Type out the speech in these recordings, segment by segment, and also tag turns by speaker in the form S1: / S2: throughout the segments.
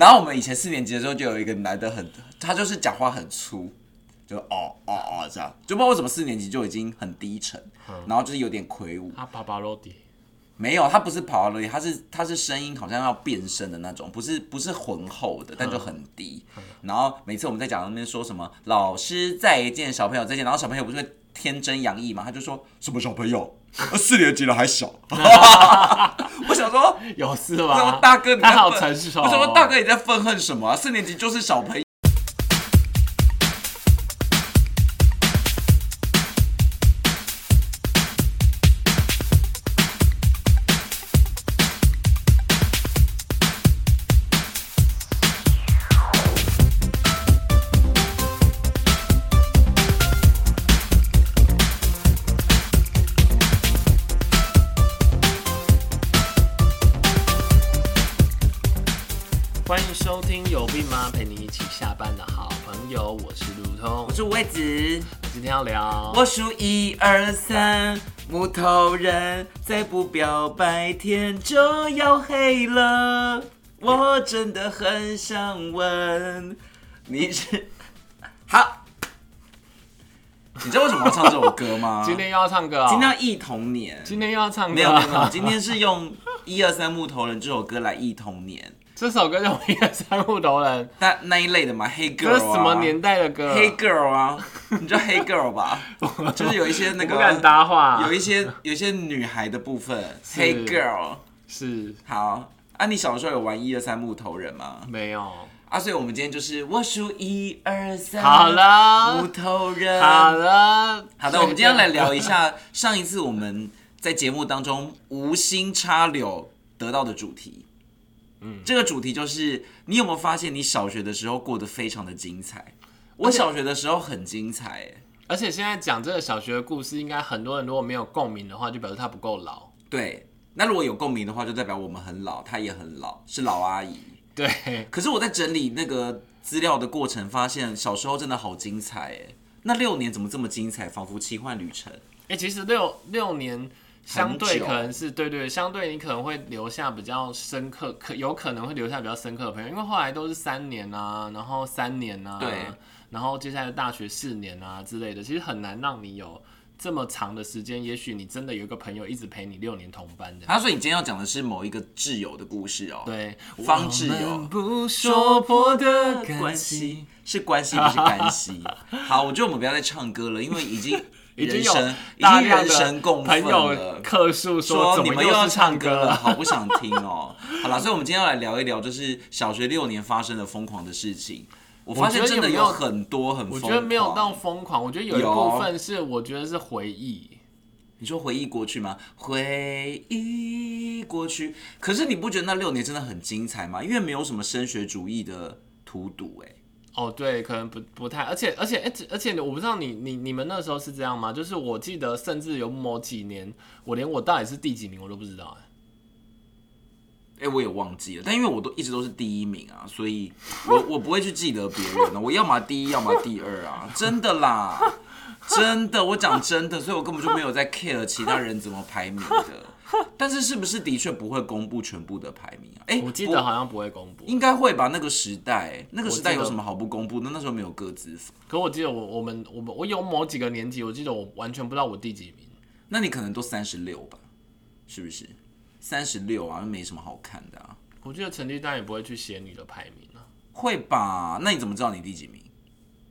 S1: 然后我们以前四年级的时候就有一个男的很，他就是讲话很粗，就哦哦哦这样，就不知道为什么四年级就已经很低沉，然后就是有点魁梧。
S2: 阿巴巴罗迪，
S1: 没有，他不是跑到那里，他是他是声音好像要变声的那种，不是不是浑厚的，但就很低。然后每次我们在讲那边说什么老师再见，小朋友再见，然后小朋友不是会天真洋溢嘛，他就说什么小朋友， 呃四年级了还小。 我想说，
S2: 有事
S1: 我想
S2: 吗？
S1: 说大哥你在
S2: 啊他
S1: 愤，
S2: 好成熟、哦。
S1: 我想说大哥你在愤恨什么、啊？四年级就是小朋友。
S2: 欢迎收听有病吗？陪你一起下班的好朋友，我是路通
S1: 我。是魏子，
S2: 今天要聊，
S1: 我数一二三，木头人，再不表白天就要黑了。我真的很想问，你是 好？你知道为什么要唱这首歌吗
S2: ？今天又要唱歌啊、
S1: 今天要忆童年，
S2: 今天又要唱歌、啊，
S1: 没有没有没有，今天是用一二三木头人这首歌来忆童年。
S2: 这首歌叫《一个三木头人》，
S1: 那那一类的嘛，黑 girl
S2: 这
S1: 啊，
S2: 是什么年代的歌？
S1: 黑 girl 啊，你知道黑 girl 吧？就是有一些那
S2: 我
S1: 个
S2: 不敢搭话。
S1: 有一些有一些女孩的部分
S2: 啊是
S1: ，Hey girl，
S2: 是
S1: 好啊，你小时候有玩一二三木头人吗？
S2: 没有。
S1: 啊，所以我们今天就是我数一二三，
S2: 好，
S1: 木
S2: 了，
S1: 头人，
S2: 好了，
S1: 嗯好的，我们今天来聊一下 上一次我们在节目当中无心插柳得到的主题。嗯，这个主题就是你有没有发现你小学的时候过得非常的精彩？我小学的时候很精彩、欸，
S2: 而且现在讲这个小学的故事，应该很多人如果没有共鸣的话，就表示他不够老。
S1: 对。那如果有共鸣的话，就代表我们很老，她也很老，是老阿姨。
S2: 对，
S1: 可是我在整理那个资料的过程，发现小时候真的好精彩哎！那六年怎么这么精彩？仿佛奇幻旅程。
S2: 哎、其实六六年相对
S1: 很久
S2: 可能是对对，相对你可能会留下比较深刻，可有可能会留下比较深刻的朋友，因为后来都是三年啊，然后三年啊，
S1: 对，
S2: 然后接下来大学四年啊之类的，其实很难让你有这么长的时间。也许你真的有一个朋友一直陪你六年同班的。
S1: 他、说：“你今天要讲的是某一个挚友的故事哦。”，
S2: 对，
S1: 方志友
S2: 我们不说破的关系，
S1: 是关系不是干系。 好，我觉得我们不要再唱歌了，因为已经
S2: 已经
S1: 人
S2: 有
S1: 生已
S2: 大
S1: 经
S2: 量
S1: 人
S2: 的
S1: 神共
S2: 朋
S1: 愤
S2: 友
S1: 了。
S2: 客诉
S1: 说
S2: 说，怎
S1: 你
S2: 么
S1: 们又要
S2: 是唱
S1: 唱
S2: 歌
S1: 歌了，
S2: 了？
S1: 好不想听哦。好了，所以我们今天要来聊一聊，就是小学六年发生的疯狂的事情。我发
S2: 我觉
S1: 现
S2: 得
S1: 真的
S2: 有没有
S1: 有很多很疯
S2: 我
S1: 狂，
S2: 觉得没有到疯狂，我觉得有一
S1: 有
S2: 部分是我觉得是回忆。
S1: 你说回忆过去吗？回忆过去，可是你不觉得那六年真的很精彩吗？因为没有什么升学主义的荼毒、欸，
S2: 哦，对，可能不不太，而且而且而且而且我不知道你你你们那时候是这样吗？就是我记得，甚至有某几年，我连我到底是第几名我都不知道、哎
S1: 哎、我也忘记了，但因为我都一直都是第一名啊，所以我我不会去记得别人的，我要么第一，要么第二啊，真的啦，真的，我讲真的，所以我根本就没有在 care 其他人怎么排名的，但是是不是的确不会公布全部的排名啊？哎、
S2: 我记
S1: 不
S2: 得好像不会公布。
S1: 应该会吧，那个时代，那个时代
S2: 我记得
S1: 有什么好不公布？那那时候没有各自法。
S2: 可我记得我我们我们我有某几个年级，我记得我完全不知道我第几名。
S1: 那你可能都三十六吧，是不是？三十六啊，没什么好看的啊。
S2: 我记得成绩单也不会去写你的排名啊，
S1: 会吧？那你怎么知道你第几名？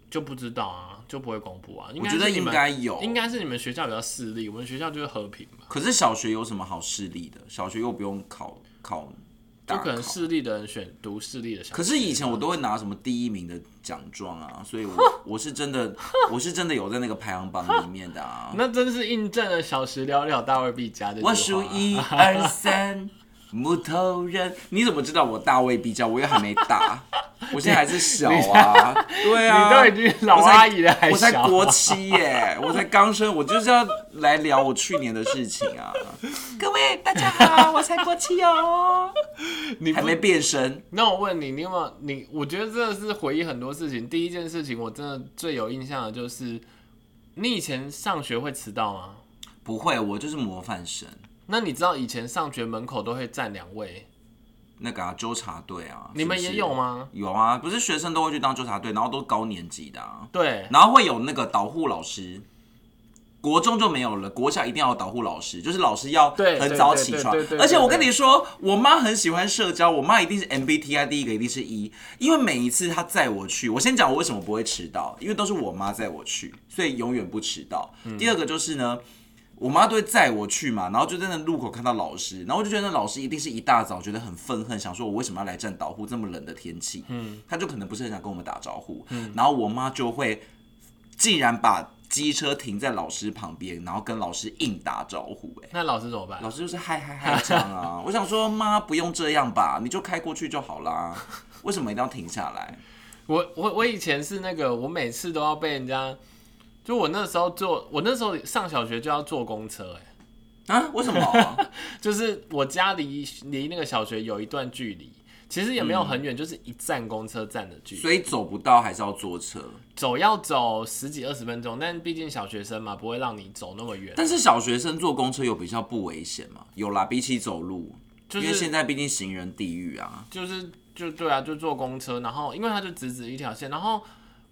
S2: 就不知道啊，就不会公布啊。应
S1: 我
S2: 该
S1: 觉得
S2: 是你
S1: 应
S2: 们
S1: 该有。
S2: 应该是你们学校比较势利，我们学校就是和平嘛，
S1: 可是小学有什么好势力的？小学又不用考考
S2: 就
S1: 大考。
S2: 可能势利的人选读势利的小。
S1: 可是以前我都会拿什么第一名的奖状啊， 所以我我是真的我是真的有在那个排行榜里面的 啊。
S2: 那真是印证了“小时了了，大未必佳”的。
S1: 我数，一二三，木头人。你怎么知道我大未必佳？我又还没 大，我现在还是小啊。对啊，
S2: 你都已经老阿姨了，还
S1: 我才
S2: 小。
S1: 国七耶，我才刚生，我就是要来聊我去年的事情啊！各位大家好，我才国七 哦，
S2: 你
S1: 还
S2: 不
S1: 没变身。
S2: 那我问你，你有没有你？我觉得真的是回忆很多事情。第一件事情，我真的最有印象的就是，你以前上学会迟到吗？
S1: 不会，我就是模范生。
S2: 那你知道以前上学门口都会站两位，
S1: 那个啊纠察队啊，
S2: 你们
S1: 是不
S2: 也
S1: 是
S2: 有？吗？
S1: 有啊，不是学生都会去当纠察队，然后都高年级的、啊，
S2: 对，
S1: 然后会有那个导护老师。国中就没有了，国小一定要有导护老师，就是老师要
S2: 对
S1: 很早起床
S2: 对对对对。对
S1: 而且我跟你说，我妈很喜欢社交，我妈一定是 MBTI 第一个，一定是一，因为每一次她载我去，我先讲我为什么不会迟到，因为都是我妈载我去，所以永远不迟到。
S2: 嗯
S1: 第二个就是呢，我妈都会载我去嘛，然后就在那路口看到老师，然后我就觉得那老师一定是一大早觉得很愤恨，想说我为什么要来站导护这么冷的天气，嗯，他就可能不是很想跟我们打招呼，
S2: 嗯
S1: 然后我妈就会竟然把机车停在老师旁边，然后跟老师硬打招呼、哎，
S2: 那老师怎么办？
S1: 老师就是嗨嗨嗨这样啊， 我想说妈不用这样吧，你就开过去就好啦，为什么一定要停下来？
S2: 我我我以前是那个，我每次都要被人家，就我那时候坐，我那时候上小学就要坐公车、欸，
S1: 啊，为什么啊？
S2: 就是我家离离那个小学有一段距离，其实也没有很远，就是一站公车站的距离，
S1: 嗯所以走不到还是要坐车，
S2: 走要走十几二十分钟，但毕竟小学生嘛，不会让你走那么远，
S1: 但是小学生坐公车有比较不危险嘛？有啦，比起走路，
S2: 就
S1: 因为现
S2: 是嗯
S1: 在毕竟行人地狱啊，
S2: 就是就对啊，就坐公车，然后因为它就直直一条线，然后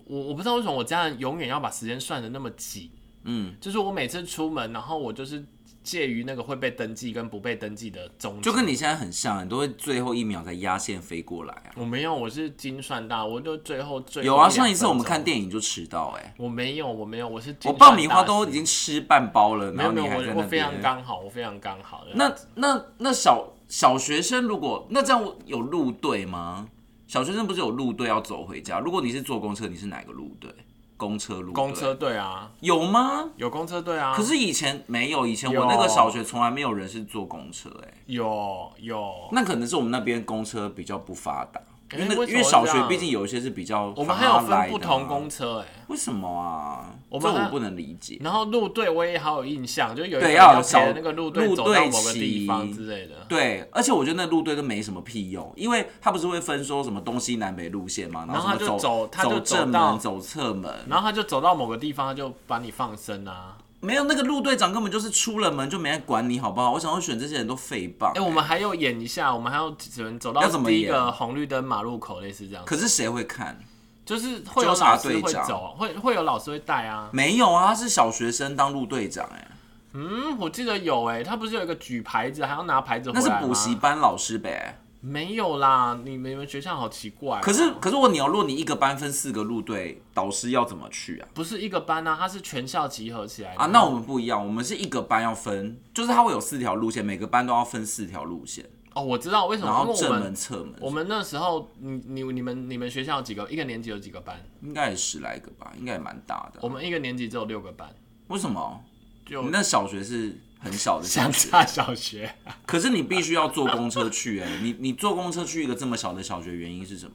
S2: 我我不知道为什么我家人永远要把时间算的那么紧。
S1: 嗯，
S2: 就是我每次出门，然后我就是介于那个会被登记跟不被登记的中间。
S1: 就跟你现在很像，你都会最后一秒才压线飞过来啊。
S2: 我没有，我是精算大，我就最后最后
S1: 有啊，
S2: 一两
S1: 上一次我们看
S2: 分
S1: 电影就迟到哎、
S2: 钟，我没有，我没有，我是精
S1: 我
S2: 算
S1: 爆米花
S2: 大师
S1: 都已经吃半包了，
S2: 没
S1: 然后
S2: 有没
S1: 你
S2: 有，
S1: 还在
S2: 我我
S1: 那
S2: 非常
S1: 边。
S2: 刚好，我非常刚好的。
S1: 那那那小小学生如果那这样有路队吗？小学生不是有路队要走回家？如果你是坐公车，你是哪个路队？公车路队
S2: 公车队啊，
S1: 有吗？
S2: 有公车队啊，
S1: 可是以前没有，以前
S2: 有
S1: 我那个小学从来没有人是坐公车哎、
S2: 有有，
S1: 那可能是我们那边公车比较不发达，因为那
S2: 诶为什么
S1: 因为小
S2: 这
S1: 学
S2: 样
S1: 毕竟有一些是比较
S2: 我们还
S1: 哈
S2: 有
S1: 拉来
S2: 分
S1: 的
S2: 不
S1: 啊
S2: 同公车哎、
S1: 为什么啊？
S2: 我们
S1: 这
S2: 还
S1: 我不能理解。
S2: 然后路队我也好有印象，就有一个
S1: 对
S2: 人
S1: 要有
S2: 要陪
S1: 小
S2: 那个路队
S1: 路
S2: 走到
S1: 队
S2: 某个地
S1: 旗
S2: 方之类的，
S1: 对，而且我觉得那路队都没什么屁用，因为他不是会分说什么东西南北路线嘛，
S2: 然后
S1: 什么
S2: 他就
S1: 走
S2: 走他就走
S1: 正
S2: 到
S1: 门、走侧门，
S2: 然后他就走到某个地方，他就把你放生啊。
S1: 没有那个路队长根本就是出了门就没人管你，好不好？我想要选这些人都废棒。
S2: 哎、我们还要演一下，我们还要只能走到
S1: 要怎么
S2: 第一
S1: 演
S2: 个红绿灯马路口，类似这样，
S1: 可是谁会看？
S2: 就是会有
S1: 纠察
S2: 老师
S1: 队
S2: 会
S1: 长
S2: 走，会会有老师会带啊。
S1: 没有啊，他是小学生当路队长、哎，
S2: 嗯，我记得有哎、他不是有一个举牌子，还要拿牌子回
S1: 那
S2: 来
S1: 是
S2: 吗
S1: 补习班老师呗。
S2: 没有啦，你们你们学校好奇怪哦、
S1: 可是可是我鸟，如果你一个班分四个路队，导师要怎么去啊？
S2: 不是一个班啊，他是全校集合起来的
S1: 啊，那我们不一样，我们是一个班要分，就是它会有四条路线，每个班都要分四条路线，
S2: 哦，我知道为什
S1: 然
S2: 么，因
S1: 后
S2: 为我
S1: 正门、
S2: 们
S1: 侧
S2: 我
S1: 门，
S2: 们那时候，你你你们你们学校有几个？一个年级有几个班？
S1: 应该也十来个吧，应该也蛮大的啊
S2: 我。们一个年级只有六个班，
S1: 为什么？
S2: 就
S1: 你那小学是很小的小
S2: 乡
S1: 学，
S2: 下小学。
S1: 可是你必须要坐公车去、哎，你你坐公车去一个这么小的小学，原因是什么？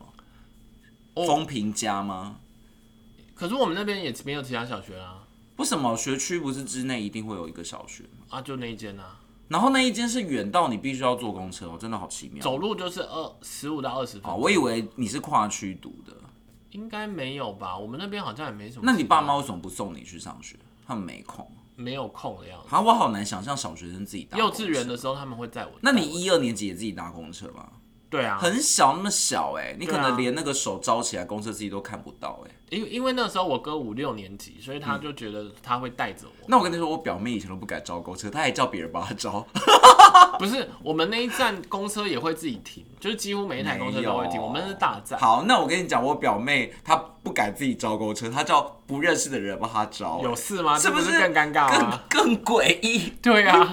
S2: 哦
S1: 风评家吗？
S2: 可是我们那边也没有其他小学啊啦，
S1: 为什么学区不是之内一定会有一个小学吗？
S2: 啊，就那一间啊，
S1: 然后那一间是远到你必须要坐公车哦，真的好奇妙。
S2: 走路就是二十五到二十分
S1: 啊，
S2: 钟，
S1: 我以为你是跨区读的，
S2: 应该没有吧？我们那边好像也没什么。
S1: 那你爸妈为什么不送你去上学？他们没空。
S2: 没有空的样子？
S1: 啊，我好难想象小学生自己搭
S2: 幼
S1: 公
S2: 稚
S1: 车
S2: 园的，时候他们会载我，
S1: 那你
S2: 载我
S1: 一二年级也自己搭公车吗？
S2: 对啊，
S1: 很小，那么小哎、你可
S2: 对啊
S1: 能连那个手招起来，公车自己都看不到哎、
S2: 因因为那时候我哥五六年级，所以他就觉得他会带着我。
S1: 那我跟你说，我表妹以前都不敢招公车，她还叫别人帮她 招。
S2: 不是，我们那一站公车也会自己停，就是几乎每一台公车都会
S1: 没
S2: 停。
S1: 有
S2: 我们是大站，
S1: 好，那我跟你讲，我表妹她不敢自己招公车，她叫不认识的人帮她招、
S2: 有事吗？
S1: 是
S2: 这不
S1: 是
S2: 更尴尬吗？
S1: 更更诡异。
S2: 对啊，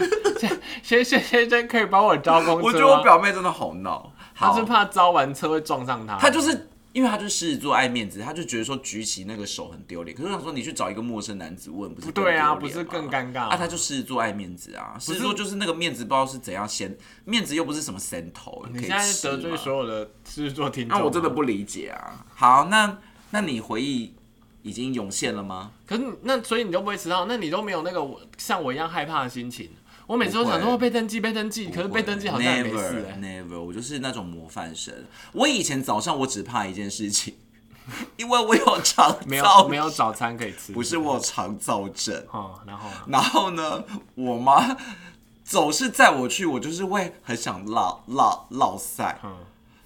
S2: 先先先生可以帮我招公车吗？
S1: 我觉得我表妹真的好闹，
S2: 他
S1: 好
S2: 是怕招完车会撞上他，
S1: 他就是因为他就是狮子座爱面子，他就觉得说举起那个手很丢脸。可是我想说，你去找一个陌生男子问，不是
S2: 不对啊，不
S1: 更丢
S2: 是
S1: 脸吗
S2: 更尴尬
S1: 啊？他就狮子座爱面子啊，狮子座就是那个面子，不知道是怎样先面子，又不是什么神头，
S2: 你
S1: 可以
S2: 现在是得
S1: 吃
S2: 罪
S1: 吗
S2: 所有的狮子座听众
S1: 那
S2: 吗，
S1: 我真的不理解啊。好，那那你回忆已经涌现了吗？
S2: 可是你那所以你都不会迟到，那你都没有那个我像我一样害怕的心情。我每次都
S1: 不会
S2: 想说被登记被登记，可是被登记好像也没事哎、
S1: Never，Never，我就是那种模范生。我以前早上我只怕一件事情， 因为我有肠
S2: 没
S1: 燥
S2: 有没有早餐可以吃，嗯
S1: 不是我有肠燥症。
S2: 哦，然后呢
S1: 然后呢，我妈 走是载我去，我就是会很想落落落赛。
S2: 嗯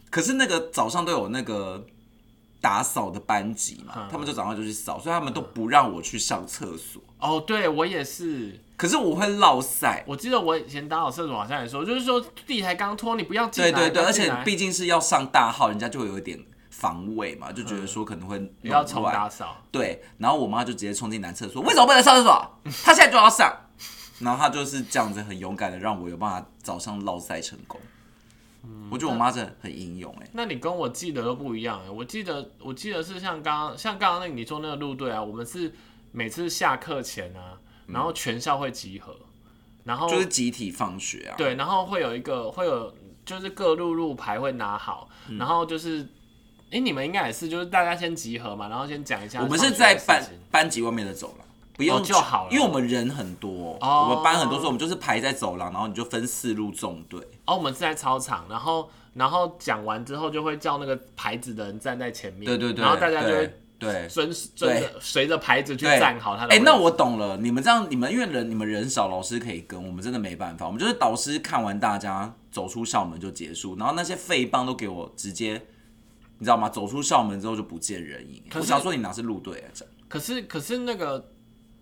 S1: 可是那个早上都有那个打扫的班级嘛，
S2: 嗯
S1: 他们就早上就去扫，所以他们都不让我去上厕所。
S2: 哦，对我也是，
S1: 可是我会落赛，
S2: 我记得我以前打扫厕所好像也说，就是说地才刚拖，你不要进来，
S1: 对对对，
S2: 不要
S1: 而
S2: 进
S1: 且
S2: 来
S1: 毕竟是要上大号，人家就会有一点防卫嘛，就觉得说可能会
S2: 不要
S1: 弄
S2: 重
S1: 乱。
S2: 打扫，
S1: 对，然后我妈就直接冲进男厕所，为什么不能上厕所？她现在就要上。然后她就是这样子很勇敢的，让我有办法早上落赛成功。我觉得我妈真的很英勇哎、
S2: 那你跟我记得都不一样欸我记得我记得是像刚刚像刚刚那个你说那个路队啊，我们是每次下课前啊，然后全校会集合，然后
S1: 就是集体放学啊。
S2: 对，然后会有一个会有就是各路路牌会拿好，
S1: 嗯
S2: 然后就是哎、诶你们应该也是就是大家先集合嘛，然后先讲一下
S1: 我
S2: 上
S1: 们
S2: 学的
S1: 是
S2: 事情。
S1: 在班班级外面的走廊，不用
S2: 哦就好了
S1: 因为我们人很多，
S2: 哦
S1: 我们班很多，所以我们就是排在走廊，然后你就分四路纵队。
S2: 哦，我们是在操场，然后然后讲完之后就会叫那个牌子的人站在前面，
S1: 对对对，
S2: 然后大家就
S1: 对
S2: 会
S1: 对。
S2: 遵遵着随着牌子去
S1: 对，
S2: 站好他的位
S1: 哎、
S2: 置。
S1: 那我懂了。你们这样，你们因为人，你们人少，老师可以跟，我们真的没办法。我们就是导师看完大家走出校门就结束，然后那些废棒都给我直接，你知道吗？走出校门之后就不见人影。
S2: 可
S1: 我
S2: 是
S1: 想说你哪是路队啊？这样
S2: 可是可是那个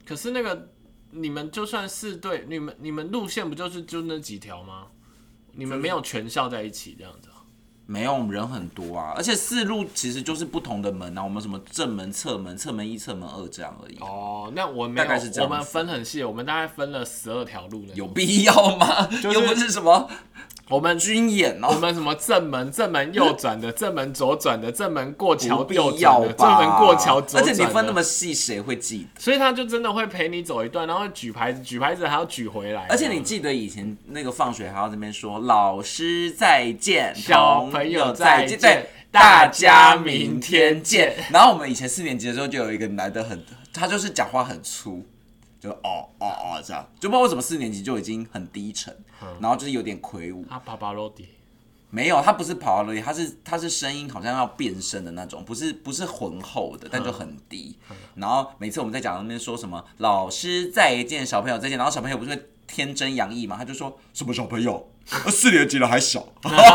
S2: 可是那个你们就算是对你们你们路线不就是就那几条吗？你们没有全校在一起这样子啊。
S1: 没有，我们人很多啊，而且四路其实就是不同的门啊，我们什么正门、侧门、侧门一、侧门二这样而已。
S2: 哦，那我没有，
S1: 大概是这样
S2: 我
S1: 子
S2: 们分很细，我们大概分了十二条路呢。
S1: 有必要吗？
S2: 就是
S1: 又不是什么
S2: 我们
S1: 军演
S2: 我
S1: 哦。
S2: 们什么正门正门右转的，正门左转的，正门过桥
S1: 不必
S2: 右
S1: 要
S2: 转的，正
S1: 吧？
S2: 门过桥左
S1: 而
S2: 转的。
S1: 且你分那么细，谁会记得？
S2: 所以他就真的会陪你走一段，然后举牌子，举牌子还要举回来。
S1: 而且你记得以前那个放学还要这边说“老师再见，
S2: 小朋友再见
S1: 同对，
S2: 大
S1: 大
S2: 家
S1: 家
S2: 明
S1: 明
S2: 天
S1: 天
S2: 见
S1: 见。然后我们以前四年级的时候就有一个男的很，他就是讲话很粗，就哦哦哦这样，就不知道为什么四年级就已经很低沉，然后就是有点魁梧。
S2: 啊，爸爸罗迪，
S1: 没有，他不是跑到那里，他是他是声音好像要变声的那种，不是不是浑厚的，但就很低。然后每次我们在讲那边说什么老师再见，小朋友再见，然后小朋友不是会天真洋溢嘛，他就说什么小朋友，呃四年级了还小。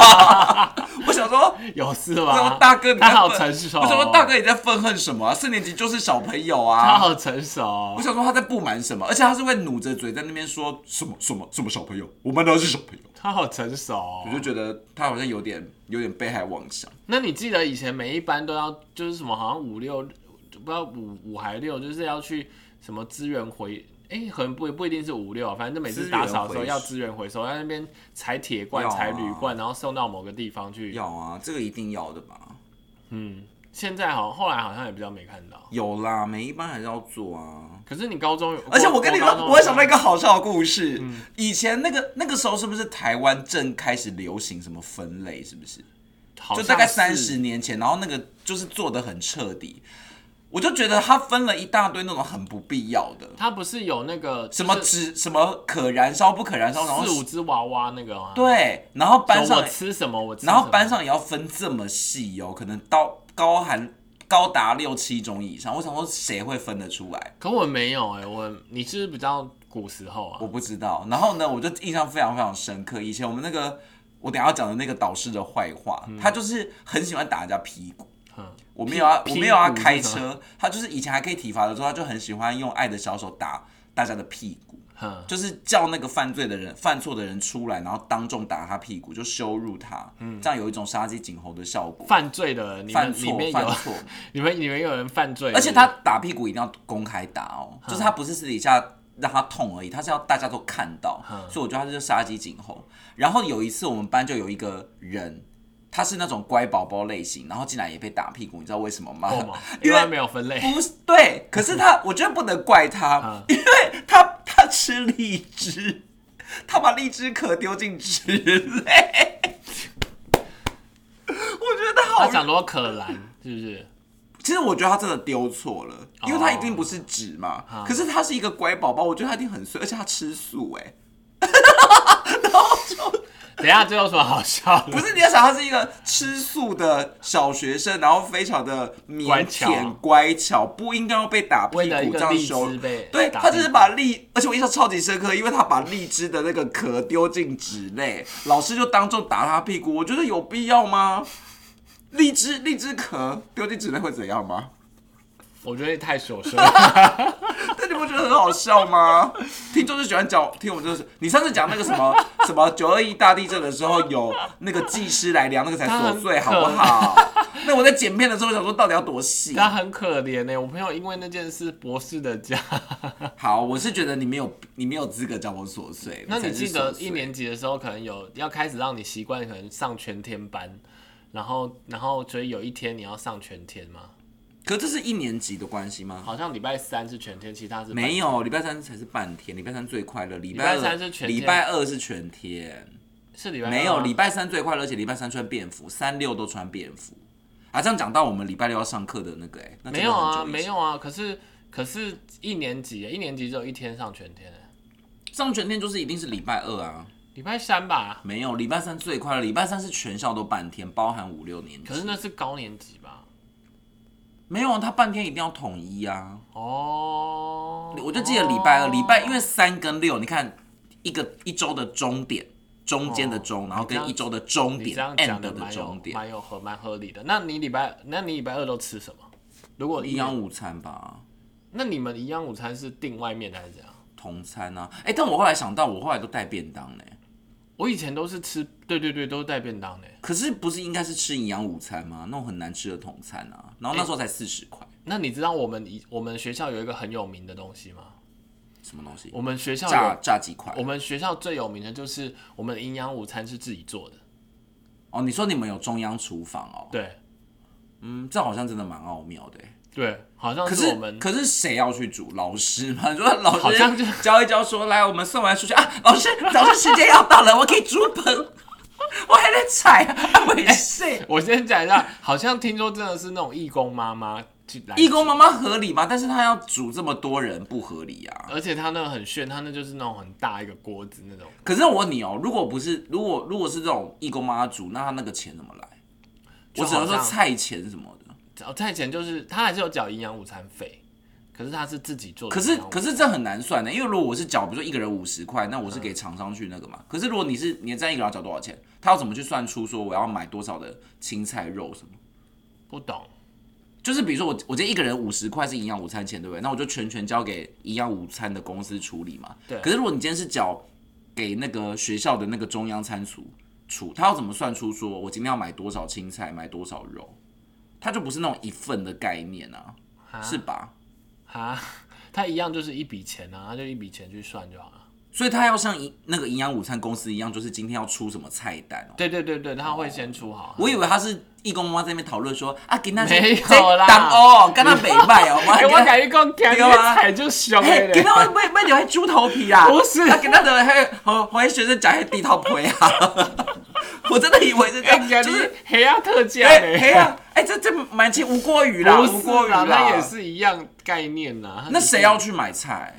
S1: 我想说，
S2: 有事
S1: 我想
S2: 吗
S1: 说？大哥你在
S2: 啊他好
S1: 愤
S2: 成熟哦
S1: 我想说大哥你在愤恨什么啊？四年级就是小朋友
S2: 他
S1: 啊。
S2: 好成熟
S1: 我
S2: 哦。
S1: 想说他在不满什么，而且他是会努着嘴在那边说什么什么什么小朋友，我们都是小朋友。
S2: 他好成熟哦。
S1: 我就觉得他好像有点有点被害妄想。
S2: 那你记得以前每一班都要就是什么，好像五六，不知道五五还六，就是要去什么资源回，哎、可能不不一定是五六，反正就每次打扫的时
S1: 资源回收
S2: 候要资源回收，在那边采铁罐、
S1: 要啊
S2: 采铝罐，然后送到某个地方去。
S1: 要啊，这个一定要的吧？
S2: 嗯，现在好像后来好像也比较没看到。
S1: 有啦，每一班还是要做啊。
S2: 可是你高中有，
S1: 而且我跟你
S2: 高中
S1: 说，
S2: 有嗯
S1: 我想到一个好笑的故事。以前那个那个时候，是不是台湾正开始流行什么分类？是不是？
S2: 好
S1: 就
S2: 像
S1: 大概
S2: 是
S1: 三十年前，然后那个就是做的很彻底。我就觉得他分了一大堆那种很不必要的，
S2: 他不是有那个
S1: 什么
S2: 就是
S1: 纸什么可燃烧不可燃烧，然后
S2: 四五只娃娃那个吗？
S1: 对，然后班
S2: 说
S1: 上
S2: 我吃什么我吃什
S1: 然
S2: 么，
S1: 后班上也要分这么细哦，可能到高含高达六七种以上。我想说，谁会分得出来？
S2: 可我没有哎、我你是不是比较古时候啊
S1: 我？不知道。然后呢，我就印象非常非常深刻。以前我们那个我等一下要讲的那个导师的坏话，他就是很喜欢打人家屁股。
S2: 嗯，
S1: 我没有要，
S2: 屁
S1: 我没有要
S2: 屁股
S1: 开
S2: 是什
S1: 车， 他就是以前还可以体罚的时候，他就很喜欢用爱的小手打大家的屁股，
S2: 哼，
S1: 就是叫那个犯罪的人、犯错的人出来，然后当众打他屁股，就羞辱他，这样有一种杀鸡儆猴的效果。
S2: 犯罪的人，你
S1: 犯
S2: 们嗯里
S1: 错
S2: 面，
S1: 犯
S2: 有
S1: 错，
S2: 你们里面有人犯罪，
S1: 而且他打屁股一定要公开打哦， 就是他不是私底下让他痛而已，他是要大家都看到，所以我觉得他就是杀鸡儆猴。然后有一次我们班就有一个人，他是那种乖宝宝类型，然后进来也被打屁股，你知道为什么吗
S2: 够吗？
S1: 哦因
S2: 因为
S1: 为
S2: 没有分类，
S1: 不是对，可是他我觉得不能怪他
S2: 嗯，
S1: 因为他他吃荔枝，他把荔枝壳丢进纸类。我觉得好
S2: 他想说可兰是不是？
S1: 其实我觉得他真的丢错了，
S2: 哦
S1: 因为他一定不是纸嘛。
S2: 啊
S1: 可是他是一个乖宝宝，我觉得他一定很衰，而且他吃素哎、
S2: 等一下，这有什么好笑
S1: 不
S2: 的？
S1: 是你要想，他是一个吃素的小学生，然后非常的腼
S2: 乖
S1: 腆
S2: 巧
S1: 乖巧， 不应该要被打屁
S2: 为了一
S1: 股这
S2: 个
S1: 样
S2: 荔
S1: 羞
S2: 枝。被
S1: 对
S2: 打
S1: 他就是
S2: 屁股
S1: 把荔，而且我印象超级深刻，因为他把荔枝的那个壳丢进纸内，老师就当众打他屁股。我觉得有必要吗？荔枝荔枝壳丢进纸内会怎样吗？
S2: 我觉得太手 生了。
S1: 但你不觉得很好笑吗？听众就喜欢讲，听我们就是你上次讲那个什 么什么九二一大地震的时候，有那个技师来量那个才琐碎，好
S2: 他很
S1: 不
S2: 可
S1: 好？那我在剪片的时候我想说，到底要多细？
S2: 他很可怜欸呢、我朋友因为那件事博士 的家。
S1: 好，我是觉得你没有你没有资格叫我琐碎。
S2: 那你
S1: 才是
S2: 记得
S1: 琐碎
S2: 一年级的时候，可能有要开始让你习惯，可能上全天班，然后然后所以有一天你要上全天吗？
S1: 可这是一年级的关系吗？
S2: 好像礼拜三是全天，其他是
S1: 没
S2: 有。
S1: 有，礼拜三才是半天，礼拜三最快乐，礼
S2: 拜
S1: 二
S2: 三是全天啊
S1: 礼拜二是全天，
S2: 是礼拜
S1: 没
S2: 二
S1: 有
S2: 吗
S1: 礼拜三最快乐，而且礼拜三穿便服，三六都穿便服。啊，这样讲到我们礼拜六要上课的那个、哎，那真的
S2: 没有
S1: 很
S2: 啊，
S1: 久以前
S2: 没有啊。可是可是一年级耶，一年级只有一天上全天耶，欸
S1: 上全天就是一定是礼拜二啊，
S2: 礼拜三吧。
S1: 没有礼拜三最快乐，礼拜三是全校都半天，包含五六年级。
S2: 可是那是高年级吧？
S1: 没有啊，他半天一定要统一啊。
S2: 哦，
S1: 我就记得礼拜二，
S2: 哦
S1: 礼拜因为三跟六，你看一个一周的终点，中
S2: 哦
S1: 间的中，然后跟一周的终
S2: 你
S1: 点
S2: 这样
S1: ，end
S2: 讲的
S1: 的
S2: 蛮有
S1: 终点，
S2: 蛮有合蛮合理的。那你礼拜那你礼拜二都吃什么？如果
S1: 营养午餐吧，
S2: 那你们营养午餐是订外面的还是怎样？
S1: 同餐啊。哎、但我后来想到，我后来都带便当呢、
S2: 我以前都是吃，对对对，都是带便当的。欸
S1: 可是不是应该是吃营养午餐吗？那种很难吃的统餐啊，然后那时候才四十块，
S2: 那你知道我们以我们学校有一个很有名的东西吗？
S1: 什么东西？
S2: 我们学校
S1: 炸
S2: 有，
S1: 炸鸡块
S2: 我？们学校最有名的就是我们营养午餐是自己做的。
S1: 哦，你说你们有中央厨房哦？
S2: 对
S1: 嗯，这好像真的蛮奥妙的欸。
S2: 对，好像
S1: 可
S2: 是
S1: 是
S2: 我们
S1: 可是谁要去煮？老师吗？你 说老师
S2: 好像就
S1: 教一教说，来我们算完数学啊，老师早上时间要到了，我可以煮盆， 我还在踩啊，我也是。
S2: 我先讲一下，好像听说真的是那种义工妈妈去来，
S1: 义工妈妈合理吗？但是她要煮这么多人不合理啊。
S2: 而且他那个很炫，他那就是那种很大一个锅子那种，
S1: 可是我问你哦，如果不是如果如果是这种义工妈妈煮，那她那个钱怎么来？我
S2: 就
S1: 只能说
S2: 好像
S1: 菜钱什么的。
S2: 哦，菜钱就是他还是有缴营养午餐费，可是他是自己做的
S1: 可
S2: 营
S1: 是
S2: 养午餐。
S1: 可是这很难算的，因为如果我是缴，比如说一个人五十块，那我是
S2: 嗯
S1: 给厂商去那个嘛。可是如果你是你站一个人要缴多少钱，他要怎么去算出说我要买多少的青菜肉什么？
S2: 不懂，
S1: 就是比如说我我今天一个人五十块是营养午餐钱，对不对？那我就全权交给营养午餐的公司处理嘛。
S2: 对
S1: 可是如果你今天是缴给那个学校的那个中央餐厨厨，他要怎么算出说我今天要买多少青菜，买多少肉？他就不是那种一份的概念啊，
S2: 啊
S1: 是吧？
S2: 啊，他一样就是一笔钱啊，他就一笔钱去算就好了。
S1: 所以他要像营那个营养午餐公司一样，就是今天要出什么菜单哦。
S2: 对对对对，他会先出好。
S1: 我以为他是义工妈妈在那边讨论说啊，给那
S2: 没有啦
S1: 哦，跟他北拜哦，
S2: 哎、我
S1: 跟他
S2: 感觉讲讲
S1: 对啊
S2: 你踩就凶
S1: 嘿，
S2: 了
S1: 给
S2: 嘞。
S1: 那卖卖掉还猪头皮 啊！
S2: 不是
S1: 啊，给那的还和和学生讲还地头皮啊！我真的以为是这
S2: 哎，
S1: 样，
S2: 讲
S1: 就
S2: 你
S1: 是
S2: 黑啊特价
S1: 哎
S2: 嘞。
S1: 嘿啊，哎这这蛮清无锅鱼啦，
S2: 不
S1: 无锅
S2: 是
S1: 鱼啦，
S2: 啦，那也。是一样概念呐。它
S1: 那
S2: 只是
S1: 谁要去买菜？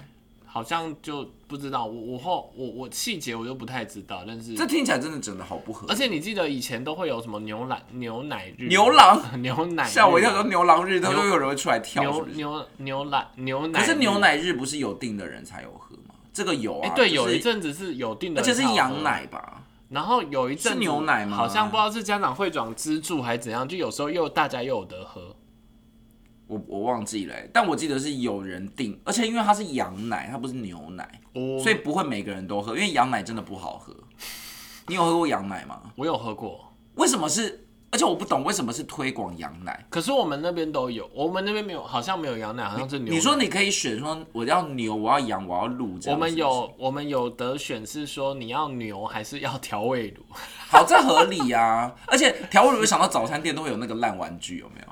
S2: 好像就不知道，我我后我我细节我就不太知道，但是
S1: 这听起来真的真的好不合
S2: 而。且你记得以前都会有什么牛奶牛奶日吗
S1: 牛郎
S2: 牛奶日
S1: 吓我一跳，说牛郎日，他说有人会出来跳，是
S2: 牛
S1: 不是？
S2: 牛牛奶牛奶
S1: 可
S2: 日，
S1: 是牛奶日不是有定的人才有喝吗？这个有
S2: 哎、
S1: 啊，
S2: 对，
S1: 就
S2: 有
S1: 是
S2: 一阵子是有定的，
S1: 而且是羊，奶吧？
S2: 然后有一阵子
S1: 是牛奶吗
S2: 好像不知道是家长会长资助还是怎样，就有时候又大家又有得喝，
S1: 我我忘记了欸、但我记得是有人定，而且因为它是羊奶，它不是牛奶。
S2: 我
S1: 所以不会每个人都喝，因为羊奶真的不好喝。 你有喝过羊奶吗？
S2: 我有喝过，
S1: 为什么是？而且我不懂为什么是推广羊奶。
S2: 可是我们那边都有，我们那边没有，好像没有羊奶，好像是牛奶
S1: 你说你可以选说我要牛，我要羊，我要鹿这样子。
S2: 我们有我们有得选是说你要牛还是要调味乳？
S1: 好，这合理呀、啊。 而且调味乳想到早餐店都会有那个烂玩具，有 没有？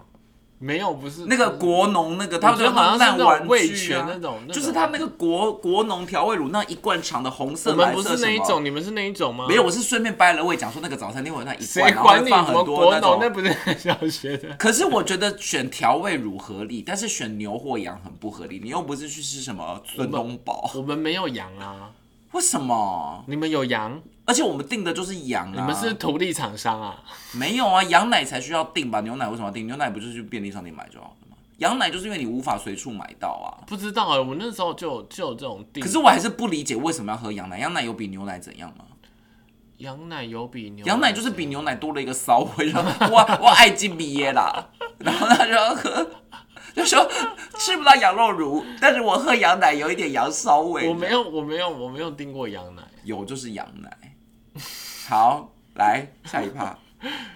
S2: 没有，不是
S1: 那个国农那个，
S2: 觉
S1: 他
S2: 得
S1: 们
S2: 好像是
S1: 烂
S2: 那
S1: 玩
S2: 种味
S1: 具
S2: 全
S1: 啊
S2: 那种那种
S1: 就是他那个国国农调味乳那一罐长的红色、
S2: 我们
S1: 蓝
S2: 不
S1: 色
S2: 是那
S1: 什
S2: 一
S1: 么
S2: 种，。你们是那一种吗？
S1: 没有，，我是顺便掰了位讲说那个早餐店会有那一罐，
S2: 谁
S1: 然后
S2: 管
S1: 会
S2: 你
S1: 放
S2: 什么
S1: 很多
S2: 国
S1: 那
S2: 农？
S1: 种
S2: 那不是小学的。
S1: 可是我觉得选调味乳合理，但是选牛或羊很不合理。你又不是去吃什么孙东宝，
S2: 我们没有羊啊，
S1: 为什么？
S2: 你们有羊？
S1: 而且我们订的就是羊啊，
S2: 你们是土地厂商啊？
S1: 没有啊？羊奶才需要订吧？牛奶为什么要订？牛奶不就是去便利商店买就好了吗？羊奶就是因为你无法随处买到啊。
S2: 不知道哎、我那时候就有就有这种订。
S1: 可是我还是不理解为什么要喝羊奶，羊奶有比牛奶怎样吗？
S2: 羊奶有比牛
S1: 羊奶就是比牛奶多了一个骚味，然后 我我爱金鼻耶啦，然后他就要喝，就说吃不到羊肉乳，但是我喝羊奶有一点羊骚味。
S2: 我没有，我没有，我没有订过羊奶。
S1: 有就是羊奶。好，来下一趴，